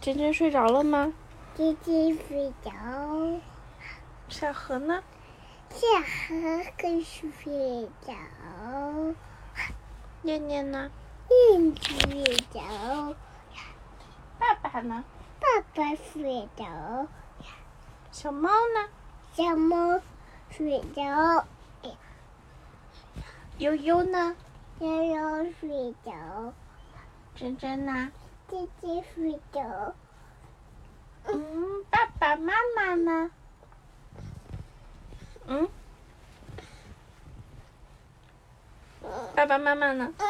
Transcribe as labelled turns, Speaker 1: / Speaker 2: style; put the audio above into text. Speaker 1: 珍珍睡着了吗？
Speaker 2: 姐姐睡着，
Speaker 1: 小河呢？
Speaker 2: 小河更睡着，
Speaker 1: 念念呢？
Speaker 2: 燕子睡着，
Speaker 1: 爸爸呢？
Speaker 2: 爸爸睡着，
Speaker 1: 小猫呢？
Speaker 2: 小猫睡着，
Speaker 1: 悠悠呢？
Speaker 2: 悠悠睡着，
Speaker 1: 珍珍呢？
Speaker 2: 姐姐睡着，
Speaker 1: 嗯，爸爸妈妈呢？嗯，爸爸妈妈呢？
Speaker 2: 嗯